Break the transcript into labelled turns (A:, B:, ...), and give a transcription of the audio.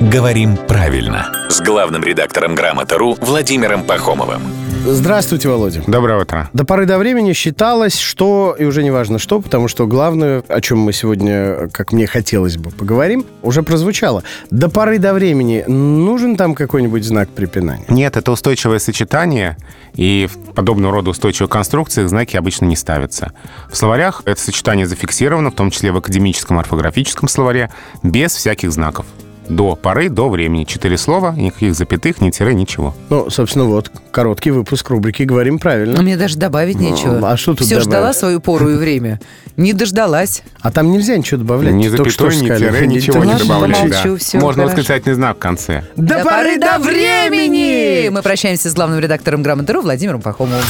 A: «Говорим правильно» с главным редактором «Грамота.ру» Владимиром Пахомовым.
B: Здравствуйте, Володя.
C: Доброе утро.
B: До поры до времени считалось, что, и уже не важно что, потому что главное, о чем мы сегодня, как мне хотелось бы, поговорим, уже прозвучало. До поры до времени нужен там какой-нибудь знак препинания?
C: Нет, это устойчивое сочетание, и в подобного рода устойчивых конструкциях знаки обычно не ставятся. В словарях это сочетание зафиксировано, в том числе в академическом орфографическом словаре, без всяких знаков. До поры, до времени. Четыре слова, никаких запятых, ни тире, ничего.
B: Ну, собственно, вот, короткий выпуск рубрики «Говорим
D: Но
B: правильно».
D: мне даже добавить нечего.
B: а что тут
D: Все
B: добавить?
D: ждала свою пору и время. Не дождалась.
B: А там нельзя ничего добавлять.
C: ни
B: Только что
C: запятой, ни
B: сказали.
C: тире, ничего не
D: Ладно,
C: добавляй.
D: помолчу,
C: да.
D: всё,
C: Можно
D: хорошо.
C: восклицательный знак в конце.
B: До поры до времени!
D: Мы прощаемся с главным редактором «Грамоты.ру» Владимиром Пахомовым.